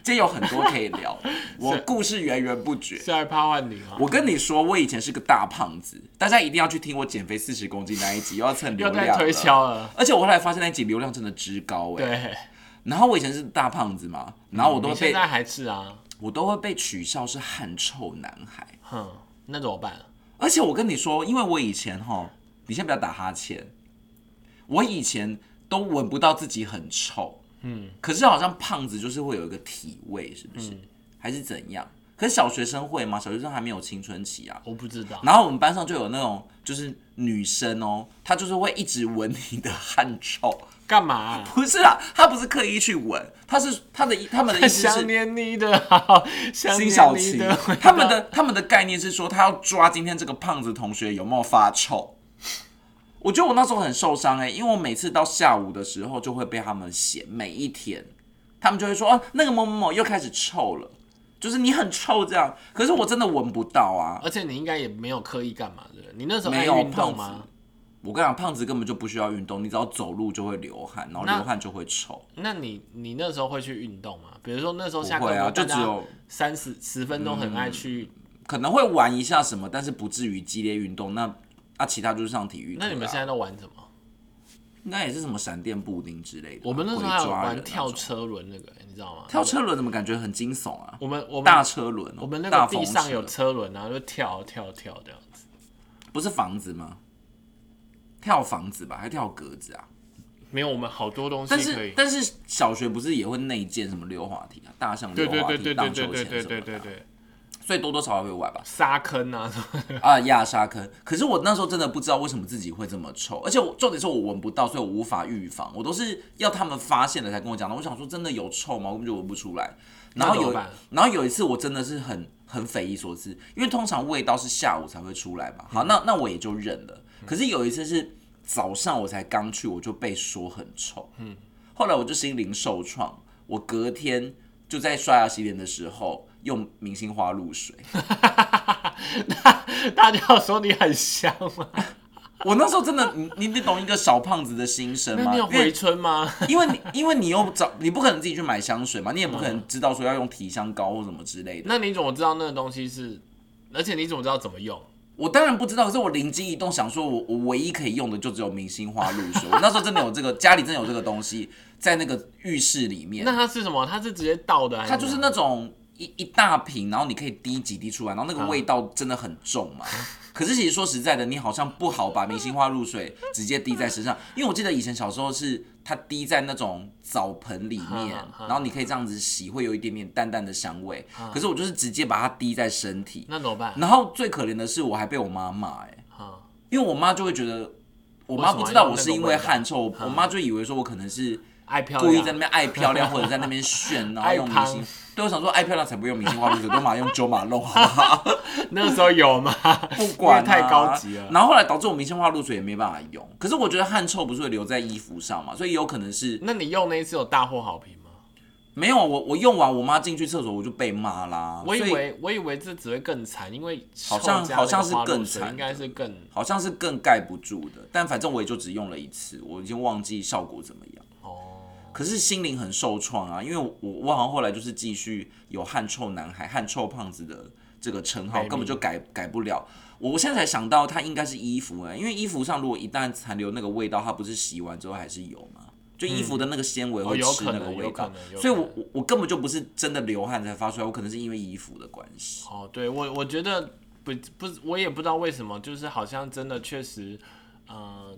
S1: 今天有很多可以聊，我故事源源不绝。
S2: 下一趴换你啊！
S1: 我跟你说，我以前是个大胖子，大家一定要去听我减肥四十公斤那一集，又要蹭流
S2: 又
S1: 量
S2: 在推
S1: 了
S2: 销了。
S1: 而且我后来发现那一集流量真的之高哎、
S2: 对，嗯
S1: 然后我以前是大胖子嘛，然后我都
S2: 你
S1: 会被、
S2: 现在还是啊？
S1: 我都会被取笑是汗臭男孩。
S2: 哼，那怎么办、啊？
S1: 而且我跟你说，因为我以前哈，你先不要打哈欠，我以前都闻不到自己很臭，嗯，可是好像胖子就是会有一个体味，是不
S2: 嗯
S1: 是？还是怎样？可是小学生会吗？小学生还没有青春期啊。
S2: 我不知道。
S1: 然后我们班上就有那种就是女生哦，她就是会一直闻你的汗臭，
S2: 干嘛啊、
S1: 不是啊，她不是刻意去闻，她是她的她们的意思是
S2: 想念你的好，想
S1: 辛
S2: 念
S1: 晓
S2: 你
S1: 琪
S2: 的，
S1: 他们的他们的概念是说，他要抓今天这个胖子同学有没有发臭。我觉得我那时候很受伤哎、因为我每次到下午的时候就会被他们嫌，每一天他们就会说，哦、那个某某某又开始臭了，就是你很臭这样。可是我真的闻不到啊，
S2: 而且你应该也没有刻意干嘛的，你那时候
S1: 没
S2: 爱
S1: 有
S2: 运动
S1: 胖
S2: 吗？
S1: 我跟你讲，胖子根本就不需要运动，你只要走路就会流汗，然后
S2: 那
S1: 流汗就会臭。
S2: 那你你那时候会去运动吗？比如说那时候下
S1: 不
S2: 课
S1: 会啊
S2: 后大
S1: 就只有
S2: 家三十十分钟很爱去，
S1: 可能会玩一下什么，但是不至于激烈运动。那那其他就是上体育课啊、
S2: 那你们现在都玩什么？
S1: 应该也是什么闪电布丁之类的吧。
S2: 我们那时候还
S1: 鬼
S2: 有
S1: 抓人
S2: 玩
S1: 那
S2: 跳
S1: 种
S2: 车轮那个、你知道吗？
S1: 跳车轮，怎么感觉很惊悚啊？
S2: 我们我们
S1: 大车轮哦、
S2: 我们那
S1: 大
S2: 个
S1: 风
S2: 地上
S1: 车
S2: 有车轮，然后就跳跳跳这样子。
S1: 不是房子吗？跳房子吧，还跳格子啊？
S2: 没有，我们好多东
S1: 但
S2: 西可
S1: 是
S2: 以。
S1: 但是小学不是也会内建什么溜滑梯啊、大象
S2: 对
S1: 溜
S2: 对
S1: 滑
S2: 对
S1: 梯、
S2: 对对
S1: 荡
S2: 对
S1: 秋
S2: 对
S1: 千
S2: 对
S1: 什么
S2: 对对
S1: 的，啊
S2: 对，
S1: 所以多多少少会玩吧。
S2: 沙坑啊什么的，
S1: 啊，压沙坑。可是我那时候真的不知道为什么自己会这么臭，而且我重点是我闻不到，所以我无法预防。我都是要他们发现了才跟我讲的。我想说，真的有臭吗？我根本就闻不出来。然后
S2: 那怎
S1: 有
S2: 么办，
S1: 然后有一次我真的是很很匪夷所思，因为通常味道是下午才会出来嘛。好，那那我也就忍了。可是有一次是早上我才刚去，我就被说很臭。嗯，后来我就心灵受创，我隔天就在刷牙洗脸的时候用明星花露水。
S2: 大家有说你很香吗？
S1: 我那时候真的，你你你懂一个小胖子的心声
S2: 那
S1: 吗？
S2: 你有
S1: 因
S2: 回
S1: 为
S2: 春吗？
S1: 因为你因为你又找你不可能自己去买香水嘛，你也不可能知道说要用体香膏或什么之类 的。
S2: 那你怎么知道那个东西是？而且你怎么知道怎么用？
S1: 我当然不知道，可是我灵机一动想说我，我唯一可以用的就只有明星花露水。我那时候真的有这个，家里真的有这个东西，在那个浴室里面
S2: 那，它是什么？它是直接倒的还
S1: 它就是
S2: 怎么
S1: 那种一一大瓶，然后你可以滴几滴出来，然后那个味道真的很重 嘛。可是其实说实在的，你好像不好把明星花露水直接滴在身上，因为我记得以前小时候是它滴在那种澡盆里面
S2: 啊，啊
S1: 然后你可以这样子洗，会有一点点淡淡的香味。可是我就是直接把它滴在身体，
S2: 样那怎么办？
S1: 然后最可怜的是我还被我妈骂哎、
S2: 啊，
S1: 因为我妈就会觉得。我
S2: 为
S1: 妈
S2: 什么
S1: 不知道
S2: 要
S1: 我
S2: 那
S1: 是
S2: 个
S1: 因
S2: 味
S1: 为
S2: 道
S1: 汗臭，我我妈就以为说我可能是
S2: 爱漂
S1: 故意
S2: 亮
S1: 在那边爱漂亮，或者在那边 炫，然后
S2: 爱
S1: 用明
S2: 胖
S1: 星。对我想说，爱漂亮才不用明星花露水，都马上用九马弄，好不 好？
S2: 那个时候有吗？
S1: 不管、啊、
S2: 因为太高级了
S1: 然后后来导致我明星花露水也没办法用。可是我觉得汗臭不是会留在衣服上嘛，所以有可能是
S2: 那你用那一次有大获好评吗？
S1: 没有啊我我用完，我妈进去厕所我就被骂啦。
S2: 我以
S1: 哦所以
S2: 为我以为这只会更惨，因为
S1: 好像
S2: 臭加
S1: 好像
S2: 那个花
S1: 是更
S2: 露水
S1: 惨
S2: 应该是更
S1: 好像是更盖不住的，但反正我也就只用了一次，我已经忘记效果怎么样。
S2: 哦。
S1: 可是心灵很受创啊，因为我我好像后来就是继续有汗臭男孩、汗臭胖子的这个称号，
S2: 美名
S1: 根本就改改不了。我我现在才想到，它应该是衣服哎、因为衣服上如果一旦残留那个味道，它不是洗完之后还是有吗？就衣服的那个纤维
S2: 哦
S1: 会
S2: 有
S1: 吃
S2: 可
S1: 那
S2: 能
S1: 个味
S2: 有可
S1: 道，
S2: 能有
S1: 所以
S2: 可
S1: 我我我根本就不是真的流汗才发出来，我可能是因为衣服的关系。
S2: 哦，对我我觉得不不，我也不知道为什么，就是好像真的确实，呃，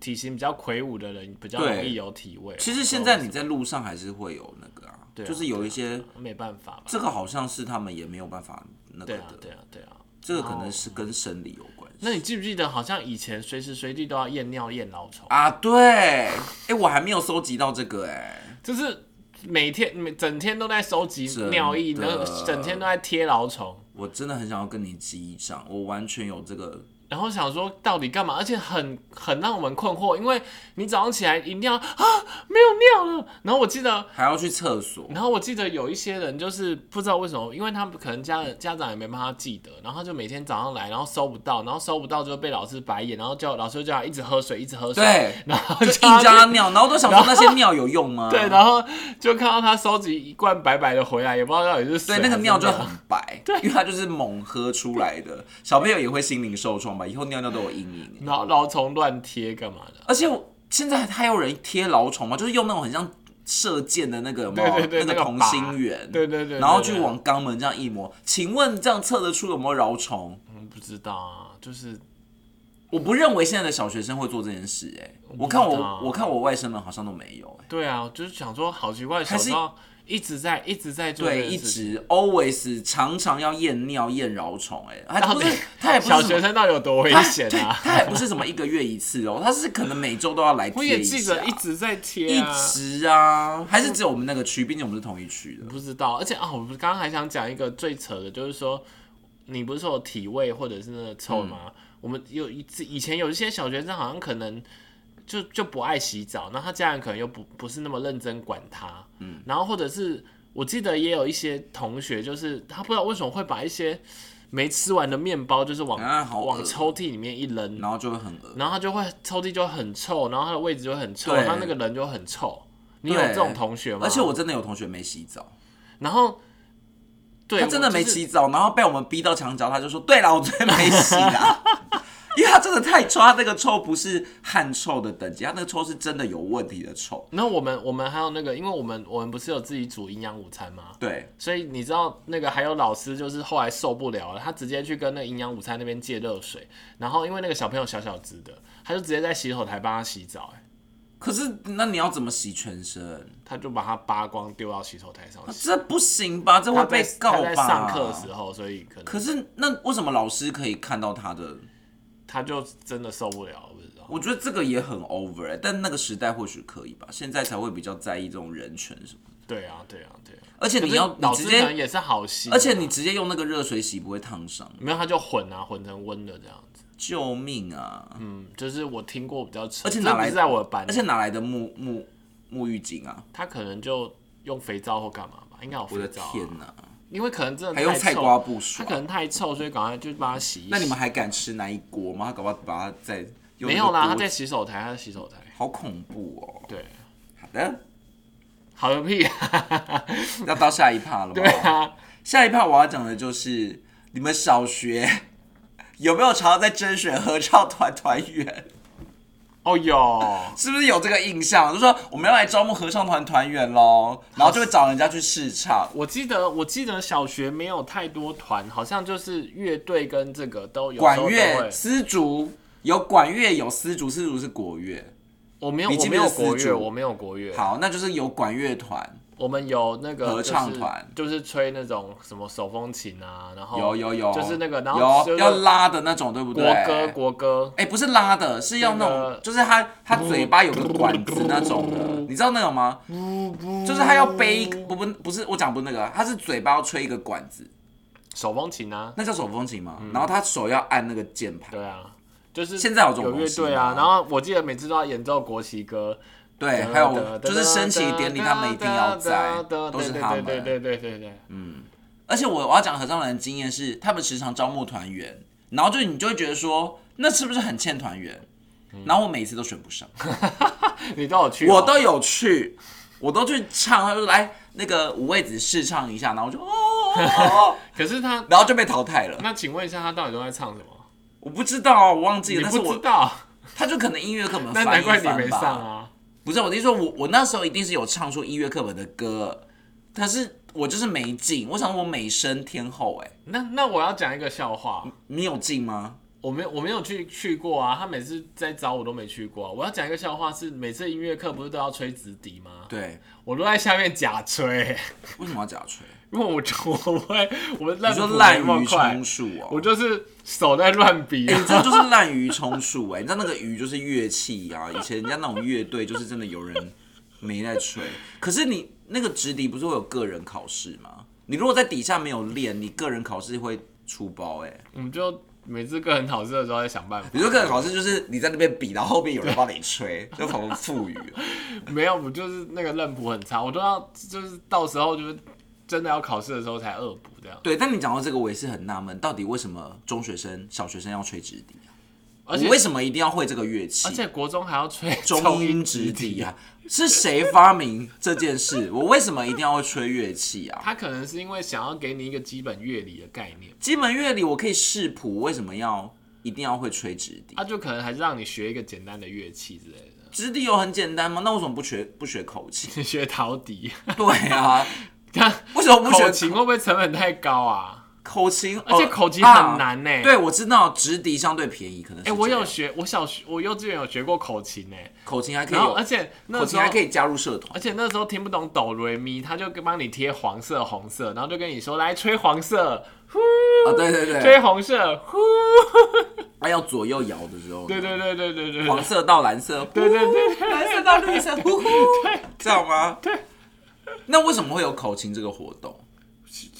S2: 体型比较魁梧的人比较
S1: 对
S2: 容易有体味。
S1: 其实现在你在路上还是会有那个啊，
S2: 对啊
S1: 就是有一些、
S2: 没办法吧？
S1: 这个好像是他们也没有办法那个
S2: 对
S1: 的，
S2: 啊，对啊，对啊。
S1: 这个可能是跟生理有关系。
S2: 那你记不记得，好像以前随时随地都要验尿验老虫，
S1: 啊，对，哎、我还没有收集到这个哎、
S2: 就是每天每整天都在收集
S1: 真的
S2: 尿液，然后整天都在贴老虫，
S1: 我真的很想要跟你击掌，我完全有这个，
S2: 然后想说到底干嘛，而且很很让我们困惑，因为你早上起来一定要啊没有尿了，然后我记得。
S1: 还要去厕所，
S2: 然后我记得有一些人就是不知道为什么，因为他们可能家人家长也没办法记得，然后他就每天早上来，然后收不到，然后收不到就被老师白眼，然后叫老师就叫他一直喝水，一直喝水，
S1: 对，
S2: 然后
S1: 就硬
S2: 叫他
S1: 叫他尿，然后都想说那些尿有用吗？
S2: 对，然后就看到他收集一罐白白的回来，也不知道到底是水
S1: 对，那个
S2: 还是
S1: 尿就很白，因为它就是猛喝出来的。小朋友也会心灵受创吧，以后尿尿都有阴影。
S2: 然后老虫乱贴干嘛的？
S1: 而且我现在还有人贴老虫嘛，就是用那种很像射箭的那个有没有
S2: 对对对
S1: 那
S2: 那个
S1: 个同
S2: 靶
S1: 心圆，
S2: 对对对对
S1: 然后
S2: 对
S1: 去往肛门这样一摸。请问这样测得出有没有饶虫？
S2: 嗯，不知道啊，就是
S1: 我不认为现在的小学生会做这件事、哎，我看我我看我外甥们好像都没有、哎，
S2: 对啊，就是想说好奇怪，小
S1: 还是
S2: 时候一直在一直在做这
S1: 对，
S2: 件
S1: 一
S2: 事情，
S1: 直 always 常常要验尿验饶虫，哎，还
S2: 到
S1: 不
S2: 底
S1: 是他也不是
S2: 小
S1: 什么
S2: 学生到底有多危险
S1: 对，
S2: 啊？
S1: 他还不是什么一个月一次 哦，他是可能每周都要来
S2: 我
S1: 贴
S2: 也
S1: 一
S2: 记
S1: 下
S2: 得一直在贴
S1: 一
S2: 啊。
S1: 直啊，还是只有我们那个区，毕竟我们是同一区的。
S2: 不知道，而且啊，我不是刚刚还想讲一个最扯的，就是说，你不是说有体味或者是那个臭
S1: 嗯
S2: 吗？我们有一次以前有一些小学生好像可能就就不爱洗澡，那他家人可能又不不是那么认真管他，嗯，然后或者是我记得也有一些同学，就是他不知道为什么会把一些没吃完的面包，就是往、
S1: 啊好恶
S2: 往抽屉里面一扔，
S1: 然后就会很恶，
S2: 然后他就会抽屉就很臭，然后他的位置就很臭，
S1: 对
S2: 他那个人就很臭。你有
S1: 对
S2: 这种同学吗？
S1: 而且我真的有同学没洗澡，
S2: 然后，对，
S1: 他真的
S2: 我就
S1: 没
S2: 是
S1: 洗澡，然后被我们逼到墙角，他就说：“对了，我昨天没洗 啦。”因为他真的太臭，他那个臭不是汗臭的等级，他那个臭是真的有问题的臭。
S2: 然后我们我们还有那个，因为我们我们不是有自己煮营养午餐吗？
S1: 对，
S2: 所以你知道那个还有老师就是后来受不了了，他直接去跟那个营养午餐那边借热水，然后因为那个小朋友小小只的，他就直接在洗手台帮他洗澡、哎，
S1: 可是那你要怎么洗全身？
S2: 他就把他扒光丢到洗手台上洗。
S1: 这不行吧？啊这会
S2: 他在
S1: 被告吧？
S2: 他在上课的时候，所以可能
S1: 可是那为什么老师可以看到他的？
S2: 他就真的受不了，我不知道。
S1: 我觉得这个也很 over，、欸、但那个时代或许可以吧，现在才会比较在意这种人权什么的。
S2: 对啊，对啊，对啊。
S1: 而且
S2: 可
S1: 你
S2: 是
S1: 要你
S2: 老师
S1: 直
S2: 可能
S1: 接，
S2: 也是好心啊，
S1: 而且你直接用那个热水洗不会烫伤，
S2: 没有他就混啊，混成温的这样子。
S1: 救命啊！
S2: 嗯，就是我听过比较扯，
S1: 而且
S2: 这
S1: 哪
S2: 不
S1: 来
S2: 是在我的班，
S1: 而且哪来的沐沐沐浴巾啊？
S2: 他可能就用肥皂或干嘛吧，应该有
S1: 我
S2: 肥
S1: 的
S2: 皂啊、
S1: 天哪、
S2: 因为可能真的
S1: 还用
S2: 太
S1: 菜
S2: 臭，
S1: 瓜布
S2: 他
S1: 刷
S2: 可？能太臭，所以赶快就帮他洗一洗。
S1: 那你们还敢吃那一锅吗？他搞不好把它再用
S2: 没有
S1: 那
S2: 啦，他
S1: 个锅
S2: 在洗手台，他在洗手台。
S1: 好恐怖哦。
S2: 对，
S1: 好的，
S2: 好 个屁、啊！
S1: 要到下一趴了吗？
S2: 对啊，
S1: 下一趴我要讲的就是你们小学 有没有常常在甄选合唱团团员？
S2: 哦哟，
S1: 是不是有这个印象？就说我们要来招募合唱团团员喽，然后就会找人家去试唱。
S2: 我记得我记得小学没有太多团，好像就是乐队跟这个都有时
S1: 管
S2: 候都
S1: 乐、
S2: 会
S1: 丝竹有管乐，有丝竹，丝竹是国乐。
S2: 我没有
S1: 你
S2: 我
S1: 记
S2: 没
S1: 不记得
S2: 有国
S1: 丝
S2: 乐，
S1: 竹
S2: 我没有国乐。
S1: 好，那就是有管乐团，
S2: 我们有那个
S1: 合唱团
S2: 就是，就是吹那种什么手风琴啊，然后
S1: 有有有，
S2: 就是那个，然后
S1: 有
S2: 就是
S1: 要拉的那种，对不对？
S2: 国歌国歌，
S1: 哎、不是拉的，是要那
S2: 那
S1: 种
S2: 个，
S1: 就是他他嘴巴有个管子那种的，你知道那种吗？就是他要背一个，不不不是我讲不是那个，他是嘴巴要吹一个管子，
S2: 手风琴啊，
S1: 那叫手风琴嘛。然后他手要按那个键盘，
S2: 对啊，就是
S1: 现在有这种
S2: 有乐队
S1: 东
S2: 啊
S1: 西吗，
S2: 然后我记得每次都要演奏国旗歌，
S1: 对，还有就是升旗典礼他们一定要在，都是他
S2: 对
S1: 们。
S2: 对对对对对，
S1: 而且我我要讲合唱团的经验是，他们时常招募团员，然后就你就会觉得说，那是不是很欠团员？然后我每次都选不上。
S2: 你都有去哦，
S1: 我都有去，我都去唱，他就说来那个五味子试唱一下，然后我就哦哦，哦
S2: 可是他
S1: 然后就被淘汰了。
S2: 那请问一下，他到底都在唱什么？
S1: 我不知道啊，我忘记
S2: 你
S1: 了，但是
S2: 不知
S1: 我
S2: 道，
S1: 他就可能音乐课本翻
S2: 那难
S1: 一
S2: 怪你
S1: 翻
S2: 没
S1: 吧
S2: 上啊。
S1: 不是，我的意思说我我那时候一定是有唱出音乐课本的歌，可是我就是没进。我想说我美声天后、哎，
S2: 那那我要讲一个笑话，
S1: 你有进吗？
S2: 我没有我没有去去过啊，他每次在找我都没去过啊、我要讲一个笑话是，每次音乐课不是都要吹直笛吗？
S1: 对，
S2: 我都在下面假吹。
S1: 为什么要假吹？
S2: 因因为我就我会我烂
S1: 你说
S2: 土
S1: 滥
S2: 没那么
S1: 竽
S2: 快
S1: 充，数哦
S2: 我。就是手在乱比啊
S1: 哎、你这就是滥竽充数哎！你知道那个竽就是乐器啊，以前人家那种乐队就是真的有人没在吹。可是你那个直笛不是会有个人考试吗？你如果在底下没有练，你个人考试会出包哎、
S2: 我们就每次个人考试的时候在想办法。
S1: 比如说个人考试就是你在那边比，然后后面有人帮你吹，就仿佛赋予。
S2: 没有，我就是那个认谱很差，我都要就是到时候就是真的要考试的时候才恶补这样。
S1: 对，但你讲到这个，我也是很纳闷，到底为什么中学生、小学生要吹直笛啊？
S2: 而
S1: 我
S2: 且
S1: 为什么一定要会这个乐器？
S2: 而且国中还要吹
S1: 中音直笛啊，是谁发明这件事？我为什么一定要会吹乐器啊？
S2: 他可能是因为想要给你一个基本乐理的概念，
S1: 基本乐理我可以视谱，为什么要一定要会吹直笛？
S2: 他就可能还是让你学一个简单的乐器之类的，
S1: 直笛有很简单吗？那为什么不学不学口琴？
S2: 你学陶笛，
S1: 对啊，
S2: 但
S1: 为什么不学
S2: 口琴会不会成本太高啊？
S1: 口琴？
S2: 而且
S1: 哦
S2: 口琴很、
S1: 啊
S2: 难欸呢、
S1: 对，我知道直笛相对便宜，可能是
S2: 哎、我
S1: 这样
S2: 有学，我小学我幼稚园有学过口琴呢、
S1: 口琴还可以
S2: 然后
S1: 有
S2: 而，且
S1: 口
S2: 那时
S1: 琴
S2: 候
S1: 还可以加入社团。
S2: 而且那时候听不懂哆瑞咪，他就帮你贴黄色、红色，然后就跟你说来吹黄色，呼，
S1: 啊，对对对
S2: 吹，红色，呼，
S1: 还要左右摇的时候，
S2: 对对对对对对
S1: 黄
S2: 对
S1: 色到蓝色，
S2: 对对对对，
S1: 蓝色到绿 色，呼呼，知道吗？对。那为什么会有口琴这个活动？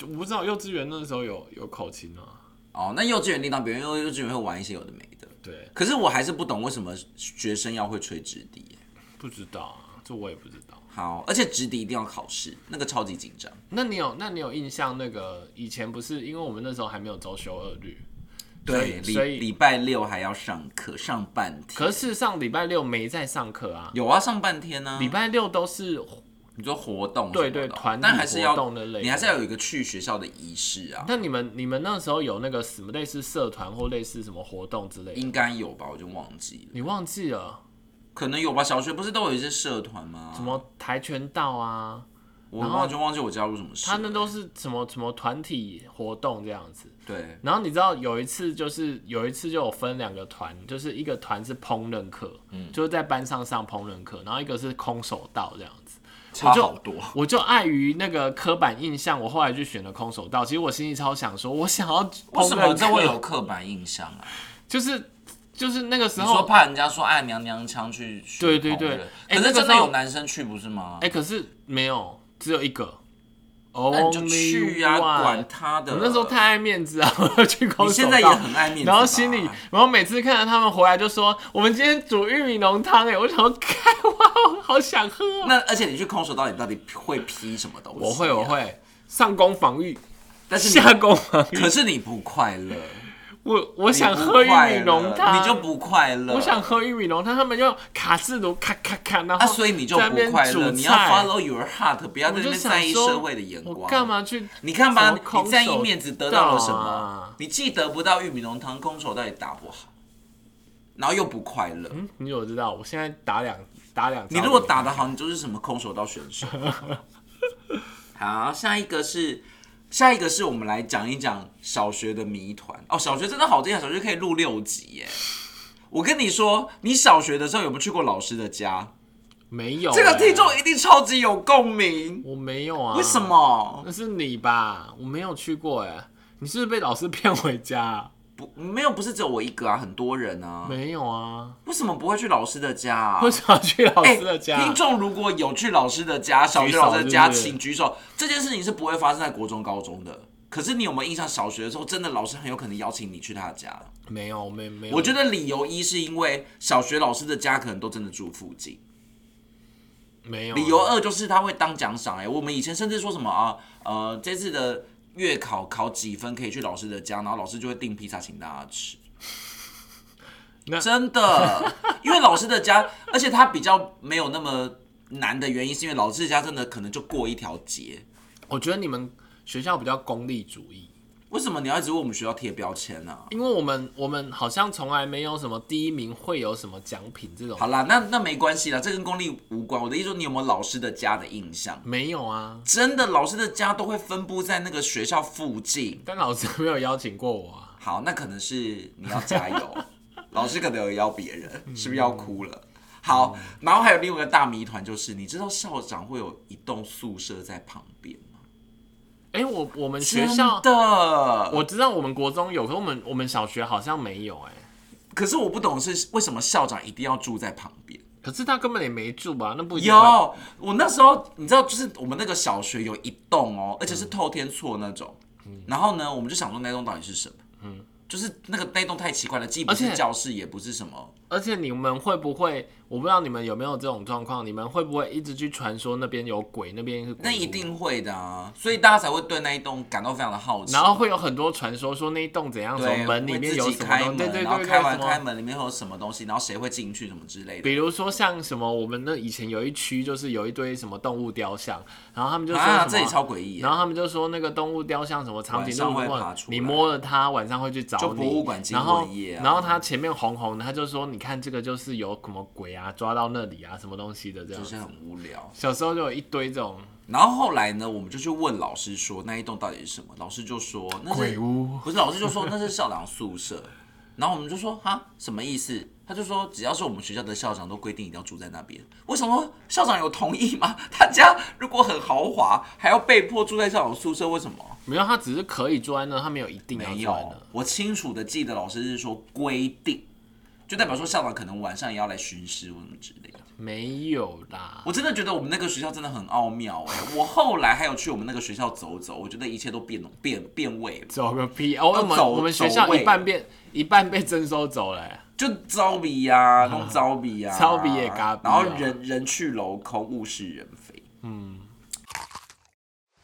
S2: 我不知道幼稚园那时候有有口琴啊，
S1: 哦，那幼稚园另当别人，因为幼稚园会玩一些有的没的。
S2: 对，
S1: 可是我还是不懂为什么学生要会吹直笛耶。
S2: 不知道啊，这我也不知道。
S1: 好，而且直笛一定要考试，那个超级紧张。
S2: 那你有那你有印象那个以前不是因为我们那时候还没有周休二日，
S1: 对，
S2: 所以
S1: 礼礼拜六还要上课，上半天。
S2: 可是上礼拜六没在上课啊，
S1: 有啊，上半天呢、
S2: 礼拜六都是
S1: 你说活动什么的
S2: 对对团体
S1: 但还是要
S2: 活动那类的
S1: 你还是要有一个去学校的仪式啊，
S2: 那你们你们那时候有那个什么类似社团或类似什么活动之类的，
S1: 应该有吧？我就忘记了，
S2: 你忘记了？
S1: 可能有吧。小学不是都有一些社团吗？
S2: 什么跆拳道啊，
S1: 我忘就忘记我加入什么事
S2: 他。那都是什么什么团体活动这样子。
S1: 对，
S2: 然后你知道有一次就是有一次就有分两个团，就是一个团是烹饪课，
S1: 嗯
S2: 就是在班上上烹饪课，然后一个是空手道这样子。
S1: 差好多。
S2: 我就碍于那个刻板印象，我后来去选了空手道。其实我心里超想说，我想要
S1: 为
S2: 烹
S1: 什么
S2: 饪
S1: 这会
S2: 课，
S1: 有刻板印象啊？
S2: 就是就是那个时
S1: 你说
S2: 候，
S1: 怕人家说爱哎娘娘腔去学
S2: 对对
S1: 烹饪
S2: 对哎
S1: 可是
S2: 那个
S1: 真
S2: 时
S1: 的
S2: 候
S1: 有男生去不是吗？
S2: 哎、可是没有，只有一个。
S1: 那你
S2: Only
S1: 就去啊，
S2: one
S1: 管他的。
S2: 我那时候太爱面子啊， 我要去空
S1: 你
S2: 手
S1: 现
S2: 道。
S1: 在也很爱面子吧，
S2: 然后心里，然后每次看到他们回来就说：“我们今天煮玉米浓汤。” 哎，我想说，开哇，好想喝哦、
S1: 那而且你去空手道，你到底会劈什么东西？啊
S2: 我会，我，会上攻防御，
S1: 但是
S2: 下
S1: 你
S2: 攻防御。
S1: 可是你不快乐，
S2: 我我
S1: 你
S2: 想
S1: 不
S2: 喝玉
S1: 快
S2: 米
S1: 乐
S2: 浓汤，
S1: 你就不快乐。
S2: 我想喝玉米浓汤，他们就卡式炉咔咔咔，然后
S1: 啊，所以你就
S2: 在那
S1: 不
S2: 边
S1: 快乐。
S2: 煮
S1: 你要
S2: 菜。
S1: follow your heart，不要在
S2: 我
S1: 那
S2: 就
S1: 边
S2: 想
S1: 在意
S2: 说
S1: 社会的眼
S2: 我
S1: 光。
S2: 干？嘛去？
S1: 你看吧，
S2: 什么空
S1: 你在意
S2: 手
S1: 面子得到了什
S2: 道
S1: 么
S2: 啊？
S1: 你既得不到玉米浓汤，空手道也打不好，然后又不快乐。
S2: 嗯，你有知道？我现在打两打两招给
S1: 你
S2: 看，
S1: 如果打得好，你就是什么空手道选 手。好，下一个是下一个是我们来讲一讲小学的谜团哦。小学真的好厉害，小学可以录六集耶。我跟你说，你小学的时候有没有去过老师的家？
S2: 没有、
S1: 这个
S2: 哎
S1: 听众一定超级有共鸣。
S2: 我没有啊，
S1: 为什？么
S2: 那是你吧？我没有去过哎、你是不是被老师骗回家啊、
S1: 不没有？不是只有我一个啊，很多人啊。
S2: 没有啊，
S1: 为什么不会去老师的家、啊？
S2: 为什么要去老
S1: 哎
S2: 师的家？
S1: 听众如果有去老师的家、小学老师的家，
S2: 举手是不是
S1: 请举手。这件事情是不会发生在国中、高中的。可是你有没有印象，小学的时候，真的老师很有可能邀请你去他的家？
S2: 没有，没没有。
S1: 我觉得理由一是因为小学老师的家可能都真的住附近，
S2: 没有啊
S1: 理由呃二就是他会当奖赏。哎，我们以前甚至说什么啊，呃，这次的月考考几分可以去老师的家，然后老师就会订披萨请大家吃
S2: 那。
S1: 真的，因为老师的家，而且他比较没有那么难的原因，是因为老师的家真的可能就过一条街。
S2: 我觉得你们学校比较功利主义，
S1: 为什么你要一直为我们学校贴标签呢、
S2: 因为我们我们好像从来没有什么第一名会有什么奖品这种，
S1: 好啦，那那没关系啦，这跟功利无关。我的意思说，你有没有老师的家的印象？
S2: 没有啊。
S1: 真的，老师的家都会分布在那个学校附近。
S2: 但老师 没有邀请过我啊。
S1: 好，那可能是你要加 油，老师可能有邀别人，
S2: 嗯
S1: 是不是要哭了？好，然后还有另外一个大谜团，就是你知道校长会有一栋宿舍在旁边吗？
S2: 哎、我我们学
S1: 真
S2: 校
S1: 的，
S2: 我知道我们国中有，可是我们我们小学好像没有哎、
S1: 可是我不懂是为什么校长一定要住在旁边。
S2: 可是他根本也没住吧？那不一定会
S1: 有，我那时候你知道，就是我们那个小学有一栋哦，而且是透天厝那种。
S2: 嗯
S1: 然后呢，我们就想说那栋到底是什么？嗯，就是那个那栋太奇怪了，既不
S2: 而
S1: 是
S2: 且
S1: 教室，也不是什么。
S2: 而且你们会不会？我不知道你们有没有这种状况，你们会不会一直去传说那边有鬼，那边是鬼
S1: 那
S2: 屋
S1: 一。定会的啊，所以大家才会对那一栋感到非常的好奇。
S2: 然后会有很多传说说那一栋怎样，什
S1: 对
S2: 么门里
S1: 会
S2: 面
S1: 自
S2: 有
S1: 己
S2: 什么
S1: 开
S2: 东西，
S1: 门，
S2: 对对
S1: 然后
S2: 对对，
S1: 开完
S2: 什么
S1: 开门里面会有什么东西，然后谁会进去什么之类的。
S2: 比如说像什么，我们那以前有一区就是有一堆什么动物雕像，然后他们就说
S1: 啊，
S2: 什
S1: 这里
S2: 么，
S1: 超诡异耶
S2: 然，后他们就说那个动物雕像什么长颈
S1: 晚
S2: 鹿，
S1: 上会
S2: 如果
S1: 爬出来
S2: 你摸了它，晚上会去找你。
S1: 就博物馆经
S2: 然后
S1: 过一夜啊
S2: 然后它前面红红的，他就说你看这个就是有什么鬼啊，抓到那里啊，什么东西的这样
S1: 就。是很无聊。
S2: 小时候就有一堆这种
S1: 然后后来呢，我们就去问老师说那一栋到底是什么，老师就说那是
S2: 鬼屋，
S1: 不是老师就说那是校长宿舍，然后我们就说哈什么意思？他就说只要是我们学校的校长都规定一定要住在那边。我想说校长有同意吗？ 他家如果很豪华，还要被迫住在校长宿舍，为什么？
S2: 没有，他只是可以住在那，他没有一定要
S1: 没
S2: 住在
S1: 有
S2: 那。，
S1: 我清楚的记得老师是说规定，就代表说校长可能晚上也要来巡视或什么之类的。
S2: 没有啦，
S1: 我真的觉得我们那个学校真的很奥妙哎、我后来还有去我们那个学校走走，我觉得一切都变变变味了，
S2: 走个屁！哦，我们
S1: 走
S2: 我们学
S1: 走
S2: 校
S1: 位
S2: 一半变一半被征收走了欸、
S1: 就招比呀、弄招比 呀、
S2: 招比也嘎比
S1: 然后
S2: 啊
S1: 人人去楼空，物是人非。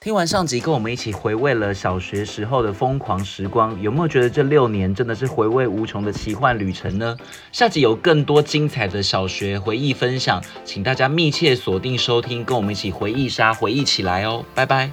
S1: 听完上集，跟我们一起回味了小学时候的疯狂时光，有没有觉得这六年真的是回味无穷的奇幻旅程呢？下集有更多精彩的小学回忆分享，请大家密切锁定收听，跟我们一起回忆杀，回忆起来哦，拜拜。